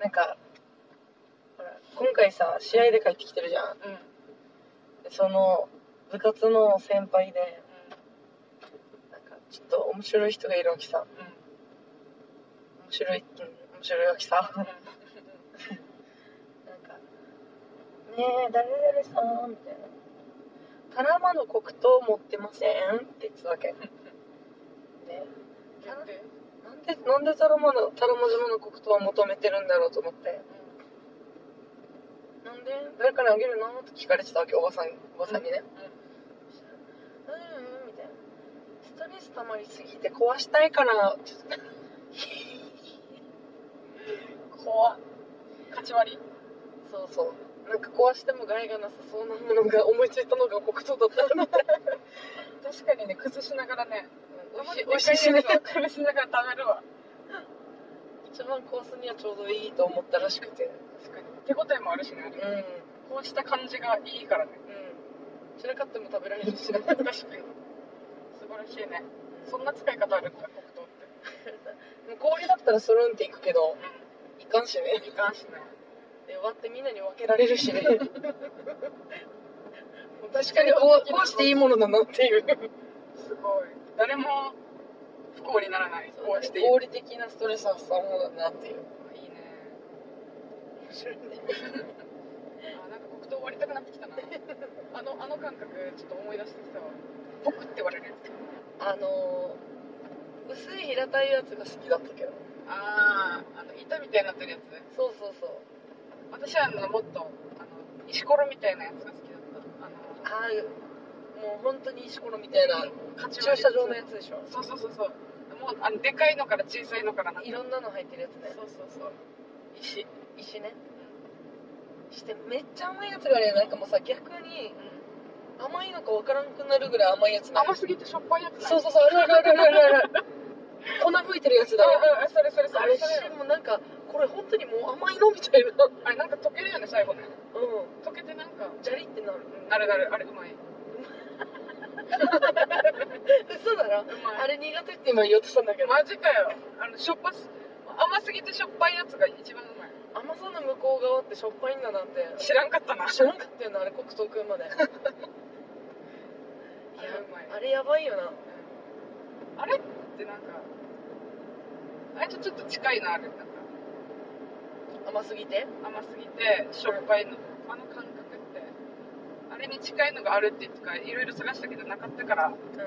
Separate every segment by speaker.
Speaker 1: なんかほら今回さ試合で帰ってきてるじゃん
Speaker 2: うんうん
Speaker 1: でその部活の先輩でなんかちょっと面白い人がいるわけさ面白い、うん、面白いわけさなんか「ねえ誰々さん」みたいな「タラマの黒糖持ってません?」って言ってたわけね
Speaker 2: なんで
Speaker 1: なんでなんでタラマのタラマ島の黒糖を求めてるんだろうと思って「なんで誰からあげるの?」って聞かれてたわけおばさんおばさんにね「うんうん」みたいな「ストレス溜まりすぎて壊したいから」ちょっと
Speaker 2: うん怖っ勝ち割り
Speaker 1: そうそうなんか壊しても害がなさそうなものが思いついたのが黒糖だったらみたいな
Speaker 2: 確かにね崩しながらね
Speaker 1: 美味しい美味しいね
Speaker 2: 崩しながら食べるわ
Speaker 1: 一番壊すにはちょうどいいと思ったらしくて
Speaker 2: 確かに手応えもあるしねあ
Speaker 1: う
Speaker 2: れ
Speaker 1: んうん
Speaker 2: こうした感じがいいからね
Speaker 1: 散らかっても食べられるしな
Speaker 2: 確かに素晴らしいねそんな使い方あるんだ黒糖って
Speaker 1: 氷だったらスルンっていくけど
Speaker 2: う
Speaker 1: いかんしね
Speaker 2: んいかんしね
Speaker 1: で割ってみんなに分けられるしね確かに こうこうしていいものだなっていう
Speaker 2: すごい誰も不幸にならないこうしていい
Speaker 1: 合理的なストレス発散法だなっていう
Speaker 2: いいね
Speaker 1: 面白いね
Speaker 2: あなんか黒糖割りたくなってきたなあのあの感覚ちょっと思い出してきたわ僕って言われるやつ
Speaker 1: あのー薄い平たいやつが好きだったけど
Speaker 2: あああの板みたいになってるやつ
Speaker 1: そうそうそう
Speaker 2: 私はあのもっとあの石ころみたいなやつが好きだったあの
Speaker 1: ああもう本当に石ころみたいな
Speaker 2: 勝
Speaker 1: 駐車場のやつでしょ
Speaker 2: そうそうそうそうもうあのでかいのから小さいのからなんか
Speaker 1: いろんなの入ってるやつね
Speaker 2: そうそうそう石
Speaker 1: 石ねしてめっちゃ甘いやつがねなんかもうさ逆に甘いのかわからんくなるぐらい甘いやつない
Speaker 2: 甘すぎてしょっぱいやつない
Speaker 1: そうそうそうあるあるあるあるあるある粉吹いてるやつだ
Speaker 2: うん
Speaker 1: わ
Speaker 2: うんそれそれそ
Speaker 1: あ
Speaker 2: れ
Speaker 1: れ
Speaker 2: それ
Speaker 1: もうなんかこれ本当にもう甘いのみたいなう
Speaker 2: あれなんか溶けるよね最後ね
Speaker 1: ん
Speaker 2: 溶けてなんか
Speaker 1: ジャリってなる
Speaker 2: なるなるあれうまいう
Speaker 1: 嘘だろ
Speaker 2: まい
Speaker 1: あれ苦手って今言おうとしたんだけど
Speaker 2: マジかよあのしょっぱす甘すぎてしょっぱいやつが一番うまい
Speaker 1: 甘さの向こう側ってしょっぱいんだなんて
Speaker 2: 知らんかったな
Speaker 1: 知らんかったよなあれ黒糖くんま でいや
Speaker 2: あれうまい
Speaker 1: あれやばいよな
Speaker 2: あれってなんかあれとちょっと近いなあれなんか
Speaker 1: 甘すぎて
Speaker 2: 甘すぎてしょっぱいのあの感覚ってあれに近いのがあるっていうかいろいろ探したけどなかったからあ
Speaker 1: うん
Speaker 2: の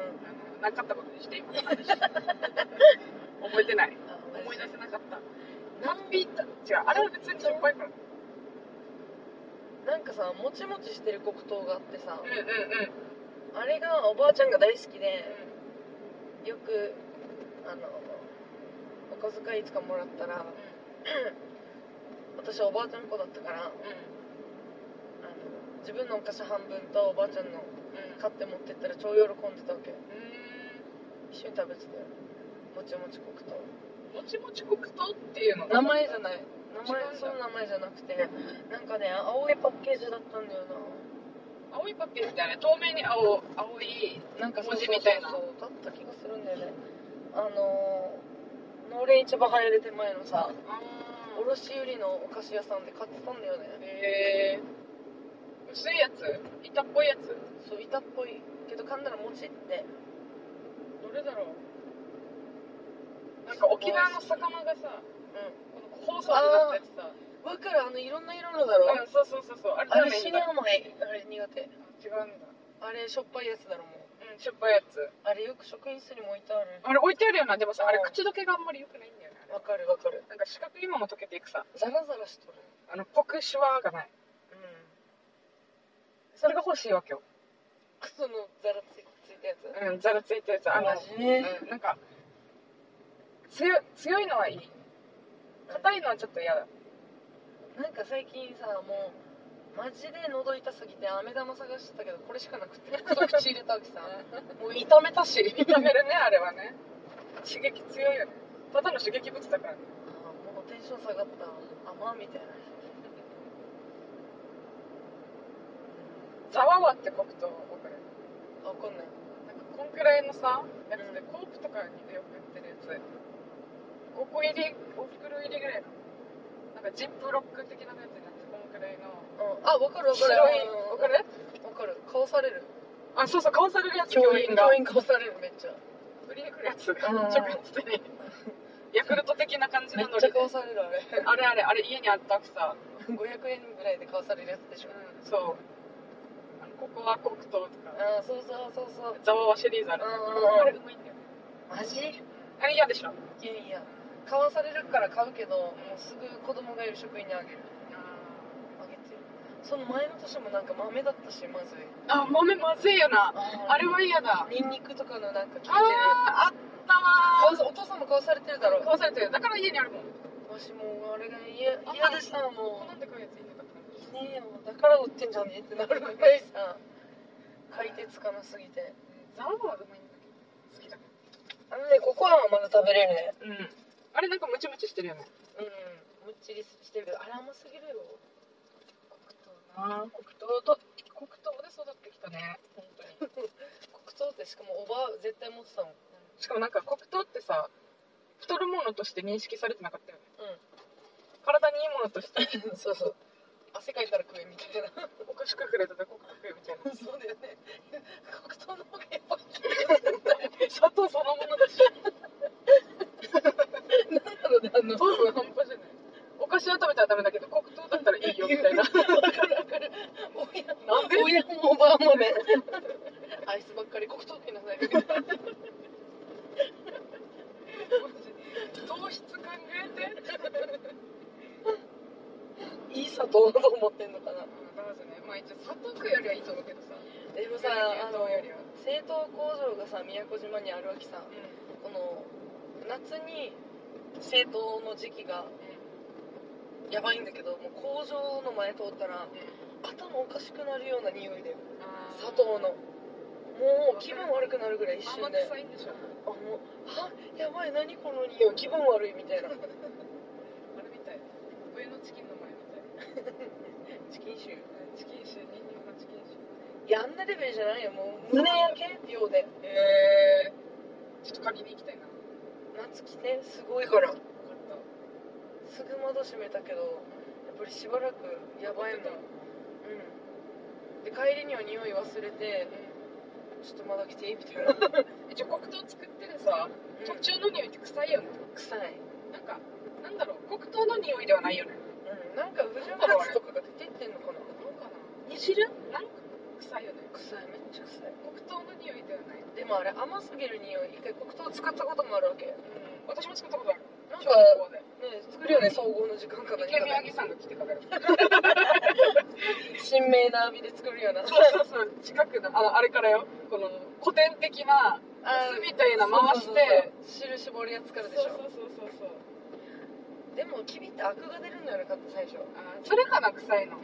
Speaker 2: なかったことにして今覚 えてない
Speaker 1: あ
Speaker 2: 思い出
Speaker 1: マジ
Speaker 2: せなかった何ビータ違うあれは別にしょっぱいから
Speaker 1: でなんかさもちもちしてる黒糖があってさ
Speaker 2: うんうんうん
Speaker 1: あれがおばあちゃんが大好きでよくあのお小遣いいつかもらったら私はおばあちゃん子だったからあの自分のお菓子半分とおばあちゃんの
Speaker 2: うんうん
Speaker 1: 買って持ってったら超喜んでたわけ
Speaker 2: う
Speaker 1: 一緒に食べてたよもちもち黒糖
Speaker 2: ーんもちもち黒糖っていうの
Speaker 1: 名前じゃない名
Speaker 2: 違うん
Speaker 1: 前
Speaker 2: だ
Speaker 1: その名前じゃなくてなんかね青いパッケージだったんだよ
Speaker 2: 青いパッケージってあれ透明に青青い
Speaker 1: ななんかそう
Speaker 2: 文字みたいな
Speaker 1: そうそうそうだった気がするんだよねあのー農連市場入れて前のさ
Speaker 2: あ
Speaker 1: 卸売のお菓子屋さんで買ってたんだよね
Speaker 2: へえ薄いやつ板っぽいやつ
Speaker 1: そう板っぽいけど噛んだらもちって
Speaker 2: どれだろうなんか沖縄の魚が
Speaker 1: う
Speaker 2: さこの放送になったやつさ
Speaker 1: んわかるあのいろんな色のだろ
Speaker 2: うんそうそうそうそうあれ
Speaker 1: あ
Speaker 2: ダ
Speaker 1: れ
Speaker 2: メ
Speaker 1: 死
Speaker 2: に
Speaker 1: に
Speaker 2: だ
Speaker 1: 甘いあれ苦手
Speaker 2: 違うんだ
Speaker 1: あれしょっぱいやつだろもう
Speaker 2: うんしょっぱいやつ
Speaker 1: あれよく職員室にも置いてある
Speaker 2: あれ置いてあるよなでもさあれ
Speaker 1: うん
Speaker 2: 口どけがあんまり良くないんだよね
Speaker 1: わかるわかる
Speaker 2: なんか四角いまま溶けていくさ
Speaker 1: ザラザラしとる
Speaker 2: あのぽくシュワーがない
Speaker 1: うん
Speaker 2: それが欲しいわけよ
Speaker 1: クソのザラついついたやつ
Speaker 2: うんザラついたやつあの
Speaker 1: ジね
Speaker 2: うんなんか強い強いのはいい硬いのはちょっと嫌だ
Speaker 1: なんか最近さもうマジで喉痛すぎて飴玉探してたけどこれしかなく て一口入れたわけさもう痛めた し
Speaker 2: やめるねあれはね刺激強いよねただの刺激物だからね
Speaker 1: あーもうテンション下がった甘みたいな
Speaker 2: ざわわって黒糖わかる
Speaker 1: あわかんない
Speaker 2: なんかこんくらいのさやつでコープとかによく売ってるやつ5個入りお袋入りぐらいのなんかジップロック的なやつになってこんくらいの
Speaker 1: うん、あ、わかるわかる。
Speaker 2: 白い
Speaker 1: うん
Speaker 2: わかる
Speaker 1: わかる。顔される。
Speaker 2: あそうそう顔されるやつ
Speaker 3: 教員が
Speaker 1: 教員顔される、めっちゃ。
Speaker 2: 売りに来るやつが
Speaker 3: うん
Speaker 2: 直接にヤクルト的な感じ
Speaker 1: めっ
Speaker 2: なの
Speaker 1: ちゃ
Speaker 2: で
Speaker 1: 顔される、あれ。
Speaker 2: あれあれあれ家にあったくさ、
Speaker 1: 500円ぐらいで顔されるやつでしょ。
Speaker 2: うん、そうあのここは黒糖とか
Speaker 1: うん、そうそうそうそう。
Speaker 2: ザワワシリーズあるあれ
Speaker 1: うん、
Speaker 2: うまいんだよね
Speaker 1: マジ
Speaker 2: あれ嫌でしょ
Speaker 1: いやいや。買わされるから買うけど、もうすぐ子供がいる職員にあげる。あげてる。その前の年もなんか豆だったし、まずい。
Speaker 2: あ豆まずいよなあ
Speaker 1: あ
Speaker 2: れは嫌だ
Speaker 1: ニンニクとかのなんか効いてる。
Speaker 2: あーあったわ
Speaker 1: 顔さお父さんも顔されてるだろ
Speaker 2: ー。壊されてるだから家にあるもん
Speaker 1: わしもうあれが嫌
Speaker 2: あ
Speaker 1: 嫌でしたも
Speaker 2: 好
Speaker 1: うん
Speaker 2: で食うやついなかったの
Speaker 1: ねえよだから売ってんじゃねえってなるぐらいさ買い手つかなすぎて
Speaker 2: ザワはうまいんだけど好きだ
Speaker 3: あのね、ココアはまだ食べれるね。
Speaker 2: うんあれなんかムチムチしてるよね
Speaker 1: うんむっちりしてるけどあれ甘すぎるよ
Speaker 2: ああ黒糖と黒糖で育ってきたね本当に
Speaker 1: 黒糖ってしかもおばあ絶対持ってたもん
Speaker 2: しかもなんか黒糖ってさ太るものとして認識されてなかったよね
Speaker 1: うん
Speaker 2: 体にいいものとして
Speaker 1: そうそう汗かいたら食えみたいな
Speaker 2: お菓子くくれたら黒糖食うみたいな
Speaker 1: そうだよね黒糖の方がやばい
Speaker 2: 砂糖そのものだし
Speaker 1: なんだろうねあの
Speaker 2: 糖分半端じゃないお菓子を食べたらダメだけど黒糖だったらいいよみたい な
Speaker 1: わかるわかる親
Speaker 2: なんで
Speaker 1: 親もおばあもねアイスばっかり黒糖食いなさいみたいな
Speaker 2: 糖質考えて
Speaker 1: いい砂糖だと思ってんのかな
Speaker 2: だからねまあ一応砂糖食うよりはいいと思うけどさ
Speaker 1: でもさあ
Speaker 2: 砂
Speaker 1: の
Speaker 2: 糖よりは
Speaker 1: 製糖工場がさ宮古島にあるわけさこの夏に製糖の時期がやばいんだけどもう工場の前通ったら頭おかしくなるような匂いだよ砂糖のもう気分悪くなるぐらい一瞬
Speaker 2: 甘
Speaker 1: で
Speaker 2: 臭いんでしょ
Speaker 1: あもうはやばい何この匂い気分悪いみたいな
Speaker 2: あれみたい上のチキンの前みたい
Speaker 1: チキン臭
Speaker 2: チキン臭ニンニクのチキン臭
Speaker 1: いやあんなレベルじゃないよもう胸焼けってようで
Speaker 2: えー、ちょっと鍵に行きたいな分
Speaker 1: 夏来てすごいから
Speaker 2: かった
Speaker 1: すぐ窓閉めたけどやっぱりしばらくやばいもんうんで帰りには匂い忘れてちょっとまだ来ていいみたいな、
Speaker 2: 一応黒糖作ってるさ途
Speaker 1: 途中
Speaker 2: 中の匂いって臭いよね
Speaker 1: 臭い、
Speaker 2: なんかなんだろう黒糖の匂いではないよね
Speaker 1: うん、なんか不純物とかが出てってんのかな
Speaker 2: なんかな
Speaker 1: 煮汁
Speaker 2: なんか臭いよね
Speaker 1: 臭いめっちゃ臭い
Speaker 2: 黒糖の匂いではない
Speaker 1: でもあれ甘すぎる匂い一回黒糖使ったこともあるわけ
Speaker 2: 私も作ったことある
Speaker 1: なんか
Speaker 2: 小学校で
Speaker 1: ね作るよね総合の時間かな
Speaker 2: 池宮城さんが来てから
Speaker 1: 新名な網で作るような
Speaker 2: そうそうそう近くのあのあれからよこの古典的な
Speaker 1: あ
Speaker 2: 酢みたいな回して
Speaker 1: そうそうそう汁絞るやつか
Speaker 2: そ
Speaker 1: らで
Speaker 2: う
Speaker 1: しょ
Speaker 2: そうそうそう
Speaker 1: でもきびってアクが出るんだよね買った最初
Speaker 2: あーそれかな臭いの
Speaker 1: うん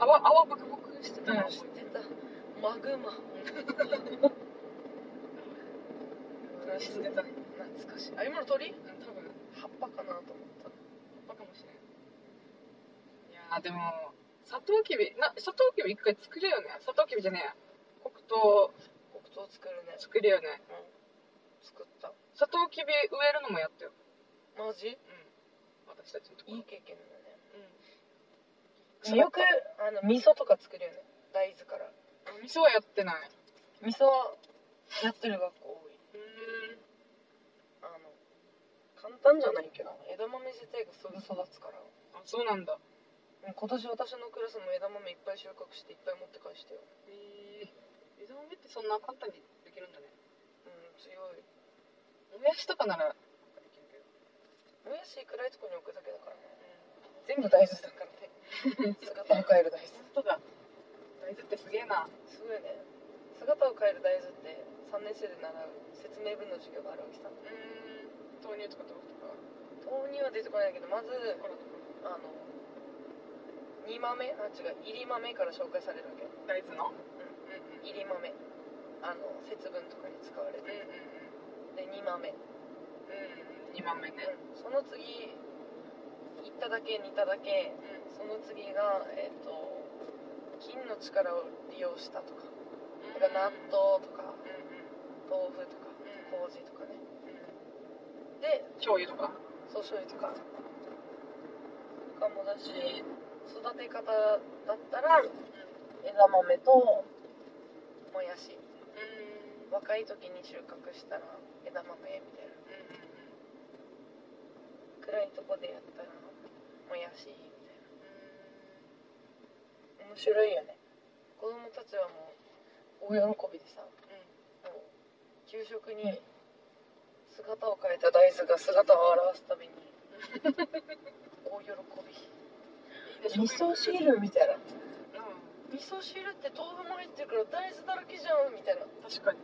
Speaker 2: 泡泡ブクブクしてたの
Speaker 1: 知ってたマグマ
Speaker 2: 知ってたね
Speaker 1: 懐かしいあ今の鳥
Speaker 2: うん多分
Speaker 1: 葉っぱかなと思った
Speaker 2: バカもしれんいやーでもサトウキビなサトウキビ一回作るよねサトウキビじゃねえや黒糖
Speaker 1: 黒糖作るね
Speaker 2: 作るよね
Speaker 1: 作った
Speaker 2: サトウキビ植えるのもやったよ
Speaker 1: マジ
Speaker 2: 私たちのところ
Speaker 1: いい経験だね
Speaker 2: うん
Speaker 3: よく、
Speaker 1: あの味噌とか作るよね大豆から
Speaker 2: 味噌はやってない
Speaker 3: 味噌はやってる学校多い。
Speaker 2: うーん
Speaker 1: あの簡単じゃないけど枝豆自体がすぐ育つから
Speaker 2: あそうなんだ
Speaker 1: うん今年私のクラスも枝豆いっぱい収穫していっぱい持って帰してよ
Speaker 2: えー、枝豆ってそんな簡単にできるんだね
Speaker 1: うん強い
Speaker 2: もやしとかならできるけど
Speaker 1: もやし暗いとこに置くだけだからね
Speaker 3: 全部大豆だから ね。姿を変える大豆。
Speaker 2: 本当だ大豆ってすげえな
Speaker 1: すごいね姿を変える大豆って3年生で習う説明文の授業があるわけさ
Speaker 2: うーん豆乳とか豆腐とか
Speaker 1: 豆乳は出てこないけどまず
Speaker 2: だからとか
Speaker 1: あの煮豆あ違う入り豆から紹介されるわけ
Speaker 2: 大豆のうんうん
Speaker 1: 入り豆あの節分とかに使われて
Speaker 2: うんうん
Speaker 1: で煮豆
Speaker 2: うんうん2番目ね
Speaker 1: その次いっただけ煮ただけ
Speaker 2: うん
Speaker 1: その次がえっ、と金の力を利用したとかだから納豆とか
Speaker 2: うんうん
Speaker 1: 豆腐とか
Speaker 2: うん
Speaker 1: 麹とかねで
Speaker 2: 醤油とか
Speaker 1: そう醤油とかがもだし育て方だったら枝豆ともやし若い時に収穫したら枝豆みたいな暗いとこでやったらもやしみたいな面白いよね子供たちはもう大喜びでさ、もう給食に姿を変えた大豆が姿を現すた めに大喜び味噌汁みたいな味噌汁って豆腐も入ってるから大豆だらけじゃんみたいな
Speaker 2: 確かに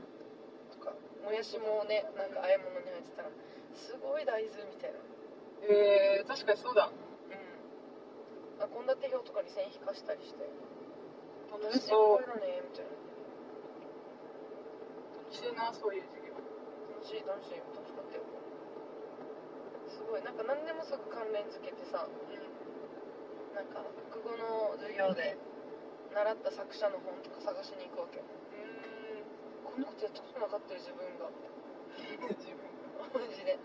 Speaker 1: とかもやしもねなんか和え物に入ってたらすごい大豆みたいな
Speaker 2: えー、確かにそうだ
Speaker 1: うんあ献立表とかに線引かしたりして
Speaker 2: 楽
Speaker 1: 楽
Speaker 2: し
Speaker 1: しい
Speaker 2: そう
Speaker 1: こういうのねみたいな
Speaker 2: 楽しいなそういう授業
Speaker 1: 楽しい楽しい楽しかったよすごいなんか何でもすぐ関連付けてさなんか国語の授業で習った作者の本とか探しに行くわけ
Speaker 2: う
Speaker 1: こんなことやったことなかったよ自分が
Speaker 2: ん自分
Speaker 1: マジで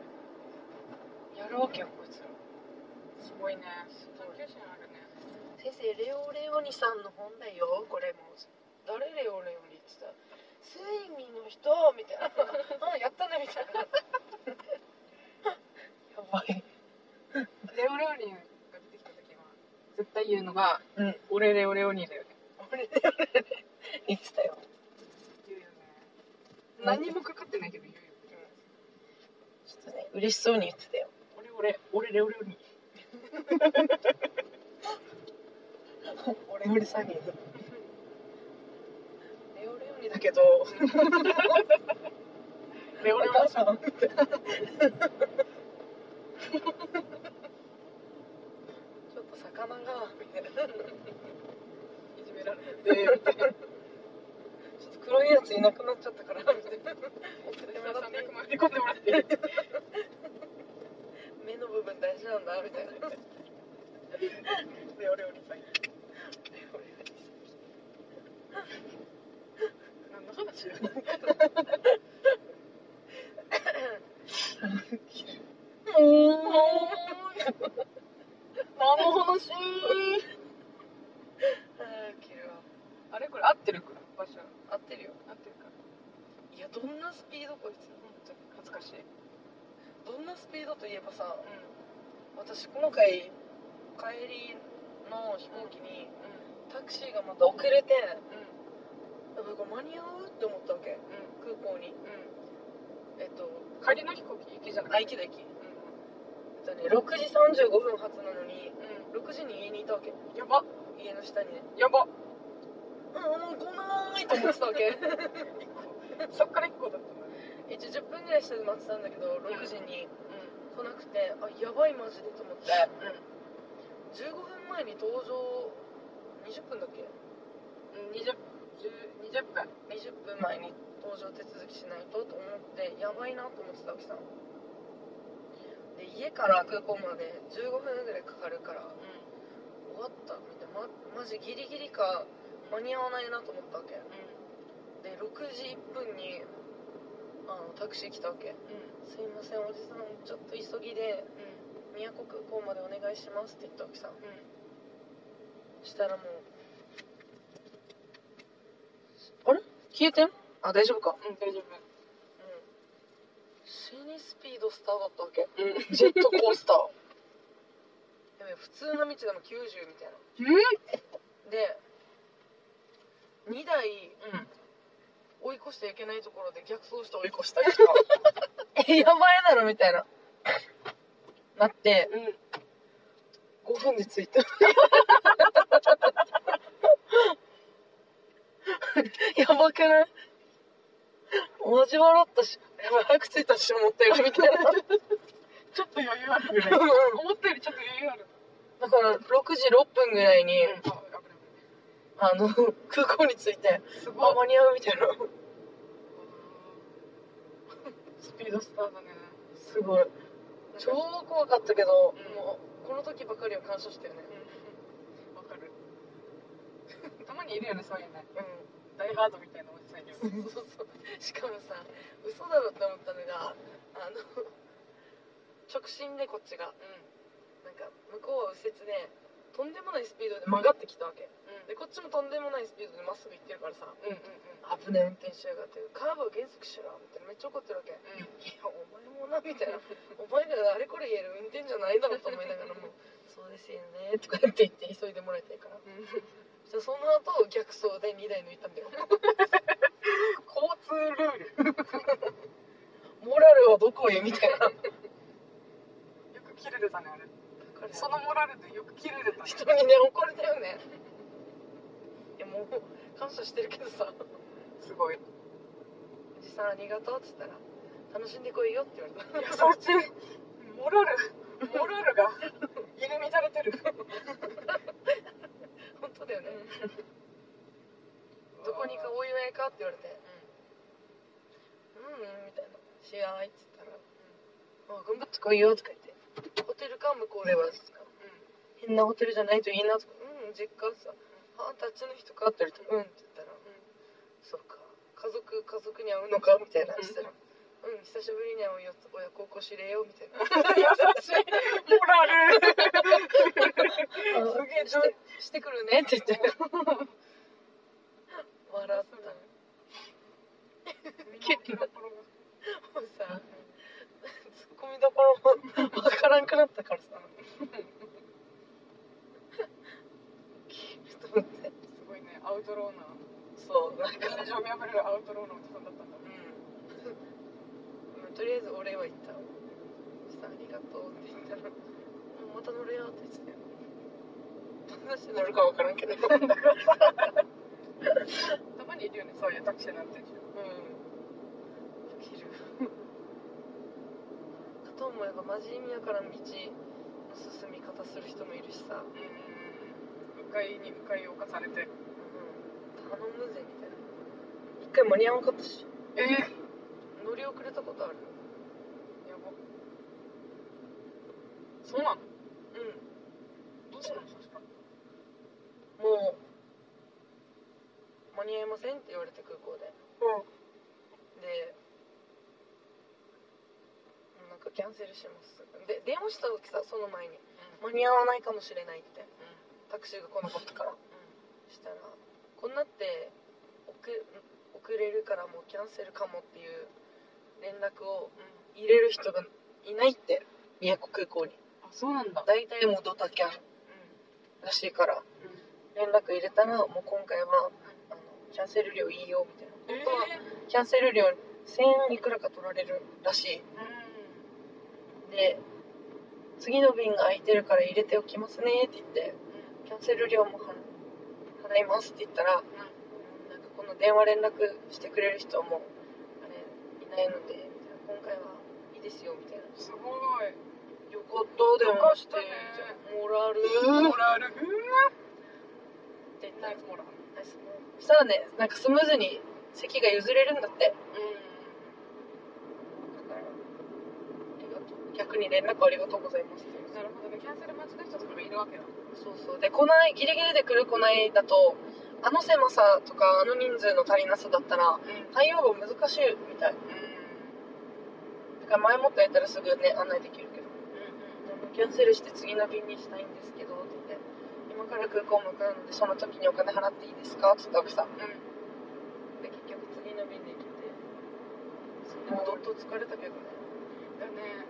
Speaker 1: やるわけよこいつら
Speaker 2: すごいね
Speaker 1: すご
Speaker 2: 探
Speaker 1: い
Speaker 2: 究心あるね
Speaker 1: 先生レオレオニさんの本だよこれも誰レオレオニって言ったら睡眠の人みたいなあやったねみたいな やばい
Speaker 2: レオレオニンが出てきた時は絶対言うのが「
Speaker 1: うん
Speaker 2: 俺レオレオニンだよね
Speaker 1: 俺レオレオニ言ってたよ」
Speaker 2: 言うよね何もかかってないけど言うよ
Speaker 1: ちょっとね嬉しそうに言ってたよ
Speaker 2: 俺俺俺レオレオニン
Speaker 1: 俺より詐欺レオレオニだけど
Speaker 2: レオ
Speaker 1: お
Speaker 2: レオ
Speaker 1: 母さんちょっと魚がみたいない
Speaker 2: じめられてて
Speaker 1: ちょっと黒いやついなくなっちゃったからみたいな
Speaker 2: 300万振り込んでもらっていい
Speaker 1: 目の部分大事なんだみたいな
Speaker 2: レオレオニンさん 何の話
Speaker 1: も
Speaker 2: 何の話
Speaker 1: 切るわ
Speaker 2: あれこれ合ってるか場所
Speaker 1: 合ってるよ
Speaker 2: 合ってるか
Speaker 1: いやどんなスピードこいつ
Speaker 2: 本当に恥ずかしい
Speaker 1: どんなスピードといえばさ
Speaker 2: うん
Speaker 1: 私今回帰りの飛行機にタクシーがまた遅れて
Speaker 2: う
Speaker 1: やばいこれ間に合うって思ったわけ
Speaker 2: んうん
Speaker 1: 空港に
Speaker 2: うんうん
Speaker 1: えっと
Speaker 2: 仮の飛行機行きじゃな
Speaker 1: あ
Speaker 2: い
Speaker 1: 駅だ駅え
Speaker 2: う
Speaker 1: っとね6時35分発なのに
Speaker 2: んう
Speaker 1: 6時に家にいたわけ
Speaker 2: んやば
Speaker 1: 家の下にね
Speaker 2: やば
Speaker 1: うんもう来ないと思ってたわけ
Speaker 2: そっから1個だったんだね
Speaker 1: 一応10分ぐらいして待ってたんだけど6時に
Speaker 2: う
Speaker 1: 来なくてあやばいマジでと思って
Speaker 2: ん
Speaker 1: 15分前に登場20分だっけ
Speaker 2: うん20 10 20分
Speaker 1: 20分前に登場手続きしないとと思ってやばいなと思ってたわけさで家から空港まで15分ぐらいかかるから
Speaker 2: う
Speaker 1: 終わったみたいなまマジギリギリか間に合わないなと思ったわけで6時1分にあのタクシー来たわけ
Speaker 2: んうん
Speaker 1: すいませんおじさんちょっと急ぎで
Speaker 2: う
Speaker 1: 宮古空港までお願いしますって言ったわけさ
Speaker 2: んうん
Speaker 1: したらもうあれ消えてんあ大丈夫か
Speaker 2: うん大丈夫
Speaker 1: うん死にスピードスターだったわけ
Speaker 2: うん
Speaker 1: ジェットコースターやべ普通の道 でも90みたいなで2台
Speaker 2: うん
Speaker 1: 追い越していけないところで逆走して追い越したりとか えやばいだろみたいななって
Speaker 2: うん
Speaker 1: 5分で着いたやばくない同じ笑ったしやばい早く着いたし思ったよりみたいな
Speaker 2: ちょっと余裕あるぐらい思ったよりちょっと余裕ある
Speaker 1: だから6時6分ぐらいに、あ
Speaker 2: あ危ない
Speaker 1: の空港に着いて
Speaker 2: 危ないす
Speaker 1: あ
Speaker 2: ご
Speaker 1: 間
Speaker 2: い
Speaker 1: に合うみたいな
Speaker 2: スピードスターだね
Speaker 1: すごい超怖かったけど、
Speaker 2: うん
Speaker 1: もうこの時ばかりは感謝してるね
Speaker 2: わかる たまにいるよねそういうね
Speaker 1: う
Speaker 2: ダイハードみたいなおじさんいるよね
Speaker 1: んそうそう しかもさ嘘だろって思ったのがあの直進でこっちが
Speaker 2: うん
Speaker 1: なんか向こうは右折ねとんでもないスピードで曲がってきたわけ
Speaker 2: うん
Speaker 1: でこっちもとんでもないスピードでまっすぐ行ってるからさ
Speaker 2: うんうん
Speaker 1: 危ない運転しやがってカーブは減速しろみたいなめっちゃ怒ってるわけい
Speaker 2: うんうん
Speaker 1: やお前もなみたい なお前らあれこれ言える運転じゃないだろうと思いながら もそうですよねとか言って言って急いでもらいたいからじゃあその後逆走で2台抜いたんだよ
Speaker 2: 交通ルール
Speaker 1: モラルはどこへみたい な
Speaker 2: よく切れるだねあれそ
Speaker 1: その
Speaker 2: のモラルでよく切 れるだね
Speaker 1: 人にね怒れたよねいやもう感謝してるけどさ
Speaker 2: すごいい
Speaker 1: 「おじさんありがとう」っつったら「楽しんでこいよ」って言われた
Speaker 2: やそっちモラルモラルが入り乱れてる
Speaker 1: 本当だよねどこにかお祝いかって言われて「うんうん」みたいな「試合」っつったら「あ頑張ってこいよ」とか言って「ホテルか向こうでは」っつったら「変なホテルじゃないといいな」とか「うん実家」っつったら「あんたあっちの人か」って言われて「うん」って言ったら「そうか家族家族に会うのか」みたいなしたら「うん久しぶりに会うよ」親孝行しれよみたいな
Speaker 2: 優しいモラル
Speaker 1: すげえしてしてくるねって言って 笑ったもうさツッコミどころもわからんくなったから さ切ると思って
Speaker 2: すごいねアウトローな
Speaker 1: そうなんか
Speaker 2: 感情見破れるアウトローのおじさんだったんだ
Speaker 1: うんとりあえずお礼は言った「さんありがとう」って言ったら「うんまた乗れよ」って言ってたよどんな人乗るかわからんけど
Speaker 2: たまにいるよねそういうタクシーなんて
Speaker 1: うん。起きる。かと思えば真面目やから道の進み方する人もいるしさ、うん、
Speaker 2: うん迂回に迂回を重ねて
Speaker 1: 頼むぜみたいな。一回間に合わんかったし、
Speaker 2: ええ
Speaker 1: 乗り遅れたことある。
Speaker 2: やばそうな
Speaker 1: う
Speaker 2: の
Speaker 1: ん。
Speaker 2: どうしたのそしたら
Speaker 1: もう間に合いませんって言われて空港で。
Speaker 2: うん
Speaker 1: で。なんかキャンセルしますで電話した時さその前に間に合わないかもしれないってタクシーが来なかったからしたらこんなって遅遅れるからもうキャンセルかもっていう連絡を入れる人がいないって宮古空港に
Speaker 2: あそうなんだ
Speaker 1: 大体もうドタキャンらしいから連絡入れたらもう今回はあのキャンセル料いいよみたいな
Speaker 2: ええ
Speaker 1: キャンセル料1000いくらか取られるらしいで次の便が空いてるから入れておきますねって言ってキャンセル料もは払いますって言ったらなんかこの電話連絡してくれる人もあれいないのでみたいな今回はいいですよみたいな
Speaker 2: すごい
Speaker 1: よかったで
Speaker 2: よ
Speaker 1: も
Speaker 2: か
Speaker 1: っ
Speaker 2: ってたね
Speaker 1: モラル
Speaker 2: モ
Speaker 1: っ
Speaker 2: ラル
Speaker 1: て言ったら
Speaker 2: ナイスモラル
Speaker 1: そしたらねなんかスムーズに席が譲れるんだってだからありがとう逆に連絡ありがとうございますって
Speaker 2: うんなるほどねキャンセル待ちの人とかがいるわけだ
Speaker 1: そうそうでこないギリギリで来るこないだとあの狭さとかあの人数の足りなさだったら対応が難しいみたいだから前もってやったらすぐね案内できるけどキャンセルして次の便にしたいんですけどって言って今から空港向かうのでその時にお金払っていいですかって言ったわけさで結局次の便で来てでもどっと疲れたけどね
Speaker 2: だね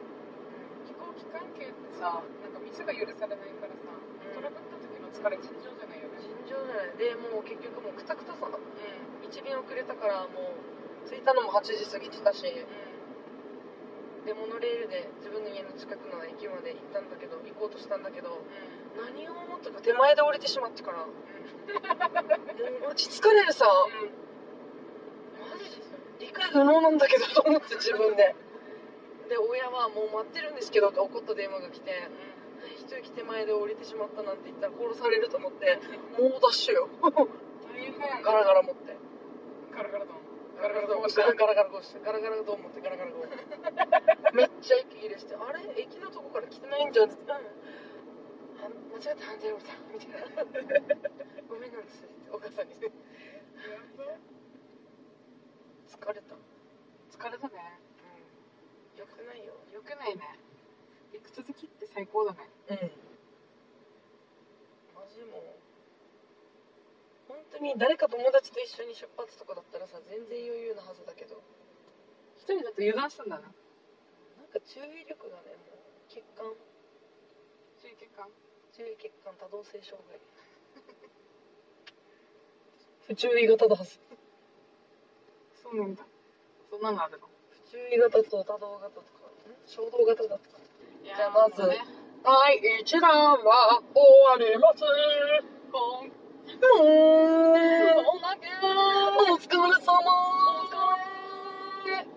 Speaker 2: 飛行機関係ってさなんかミスが許されないからさトラブった時の疲れ尋常じゃないよね
Speaker 1: 尋常じゃないでもう結局もうくたくたさ1便遅れたからもう着いたのも8時過ぎてたしでモノレールで自分の家の近くの駅まで行ったんだけど行こうとしたんだけど何を思ったか手前で降りてしまってからもう落ち着かれるさマジで理解不能なんだけどと思って自分でで親はもう待ってるんですけどって怒った電話が来て一息手前で降りてしまったなんて言ったら殺されると思ってもうダッシュよガラガラ持ってガラガラドンガラガラガラゴーしてガラガラドン持ってガラガラゴー めっちゃ息切れしてあれ駅のとこから来てないんじゃんって言ってうんは間違って反対降りたみたいなごめんなんですってお母さんに疲れた
Speaker 2: 疲れたね
Speaker 1: よくないよ
Speaker 2: よくないね陸続きって最高だね
Speaker 4: うん
Speaker 1: マジもう本当に誰か友達と一緒に出発とかだったらさ全然余裕なはずだけど
Speaker 2: 一人だと油断すんだな
Speaker 1: なんか注意力がねもう血管
Speaker 2: そういう結果
Speaker 1: 注意血管多動性障害不注意型だはず
Speaker 2: そうなんだそんなのあるの
Speaker 1: 不注意型と多動型とかん衝動型だとか
Speaker 2: じ
Speaker 1: ゃあまず
Speaker 2: ね、
Speaker 1: 第1弾は終わります
Speaker 2: ポン
Speaker 1: うーん
Speaker 2: おなげ
Speaker 1: お疲れ様